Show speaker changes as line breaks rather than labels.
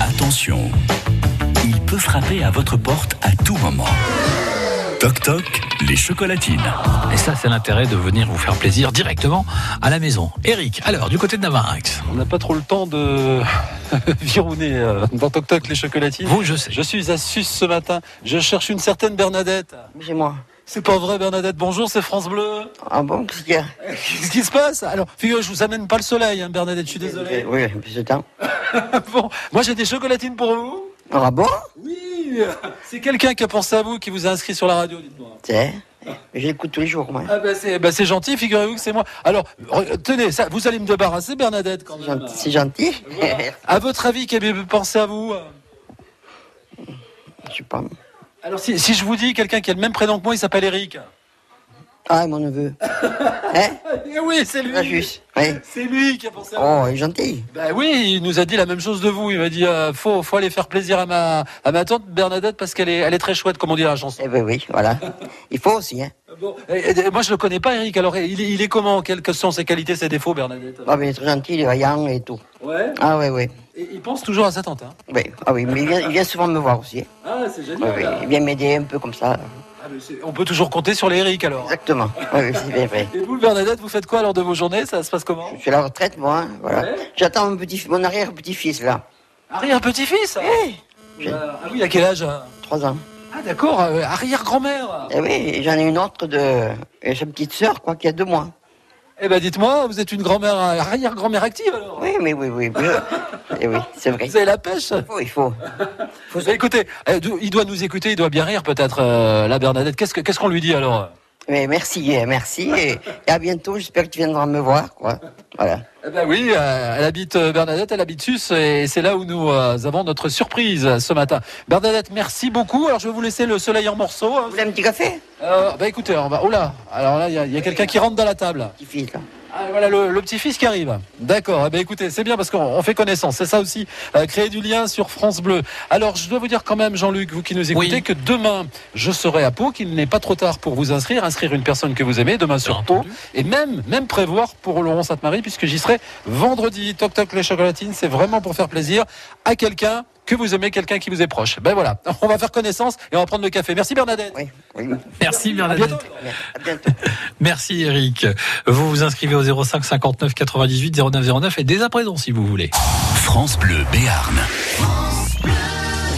Attention, il peut frapper à votre porte à tout moment. Toc toc, les chocolatines.
Et ça, c'est l'intérêt de venir vous faire plaisir directement à la maison. Eric, alors, du côté de Navarinx,
On n'a pas trop le temps de virouner euh, dans Toc Toc les chocolatines.
vous, je sais.
Je suis à Sus ce matin. Je cherche une certaine Bernadette.
J'ai moi.
C'est pas vrai, Bernadette. Bonjour, c'est France Bleu.
Ah bon Qu'est-ce qu'il y a
Qu'est-ce qui se passe Alors, figure, je vous amène pas le soleil, hein, Bernadette. Je suis désolé.
Oui, un peu de temps.
bon, moi j'ai des chocolatines pour vous.
Ah bon
Oui. C'est quelqu'un qui a pensé à vous, qui vous a inscrit sur la radio, dites-moi.
Tiens, je l'écoute tous les jours, moi.
Ah bah c'est bah, c'est gentil, figurez-vous que c'est moi. Alors, re- tenez, ça, vous allez me débarrasser, Bernadette, quand
C'est
même.
gentil. c'est gentil.
À votre avis, qui a pensé à vous
je sais pas.
Alors, si, si je vous dis quelqu'un qui a le même prénom que moi, il s'appelle Eric.
Ah, mon neveu. hein
Eh oui, c'est
Ah,
lui.
juste. Oui.
C'est lui qui a pensé à vous.
Oh, il est gentil.
Bah oui, il nous a dit la même chose de vous. Il m'a dit euh, faut, faut aller faire plaisir à ma, à ma tante Bernadette parce qu'elle est, elle est très chouette, comme on dit dans la chanson.
Eh ben oui, voilà. Il faut aussi, hein.
Ah Bon, et- et- moi, je le connais pas, Eric. Alors, il est, il est comment Quelles que sont ses qualités, ses défauts, Bernadette
Ah, mais il est très gentil, il est vaillant et tout.
Ouais.
Ah, oui, oui.
Et il pense toujours à sa tante. Hein.
Oui, ah, oui. mais il vient, il vient souvent me voir aussi. hein.
Ah, c'est
Oui, oui. Il vient m'aider un peu comme ça.
Ah, on peut toujours compter sur les Eric alors.
Exactement. Oui, oui, c'est bien vrai.
Et vous, Bernadette, vous faites quoi lors de vos journées Ça se passe comment
Je suis à la retraite, moi. hein, Voilà.
Ouais.
J'attends mon, petit, mon arrière-petit-fils, là.
Arrière petit-fils hein?
j'ai-
Ah oui, à quel âge hein
Trois ans.
Ah d'accord, euh, arrière-grand-mère.
Eh oui, j'en ai une autre de. et Sa petite sœur, quoi, qui a deux mois.
Eh ben dites-moi, vous êtes une grand-mère euh, arrière-grand-mère active alors
Oui, mais oui, oui. je- Eh oui, c'est vrai.
Vous avez la pêche
Il faut, il faut.
Vous écoutez, eh, do- il doit nous écouter, il doit bien rire peut-être, euh, la Bernadette. Qu'est-ce que- qu'est-ce qu'on lui dit alors
Mais merci, eh, merci. Et, et à bientôt, j'espère que tu viendras me voir, quoi. Voilà.
Eh ben oui, euh, elle habite euh, Bernadette, elle habite Sus, et c'est là où nous euh, avons notre surprise euh, ce matin. Bernadette, merci beaucoup. Alors je vais vous laisser le soleil en morceaux. hein.
Vous voulez un petit café
Euh, bah écoutez, on va. Oh là, alors là, il y a, il y a quelqu'un qui rentre dans la table.
Petit fils, là.
Ah, voilà le, le petit-fils qui arrive. D'accord. Eh ben écoutez, c'est bien parce qu'on on fait connaissance. C'est ça aussi, euh, créer du lien sur France Bleu. Alors, je dois vous dire quand même, Jean-Luc, vous qui nous écoutez,
Oui.
que demain, je serai à Pau, qu'il n'est pas trop tard pour vous inscrire, inscrire une personne que vous aimez demain sur Pau, et même, même prévoir pour Laurent Sainte-Marie, puisque j'y serai vendredi. Toc toc les chocolatines, c'est vraiment pour faire plaisir à quelqu'un que vous aimez, quelqu'un qui vous est proche. Ben voilà, on va faire connaissance et on va prendre le café. Merci Bernadette.
Oui, oui.
Merci, Bernadette.
bientôt.
À bientôt.
Merci, Eric. Vous vous inscrivez au 05 59 98 09 09 et dès à présent, si vous voulez.
France Bleu Béarn.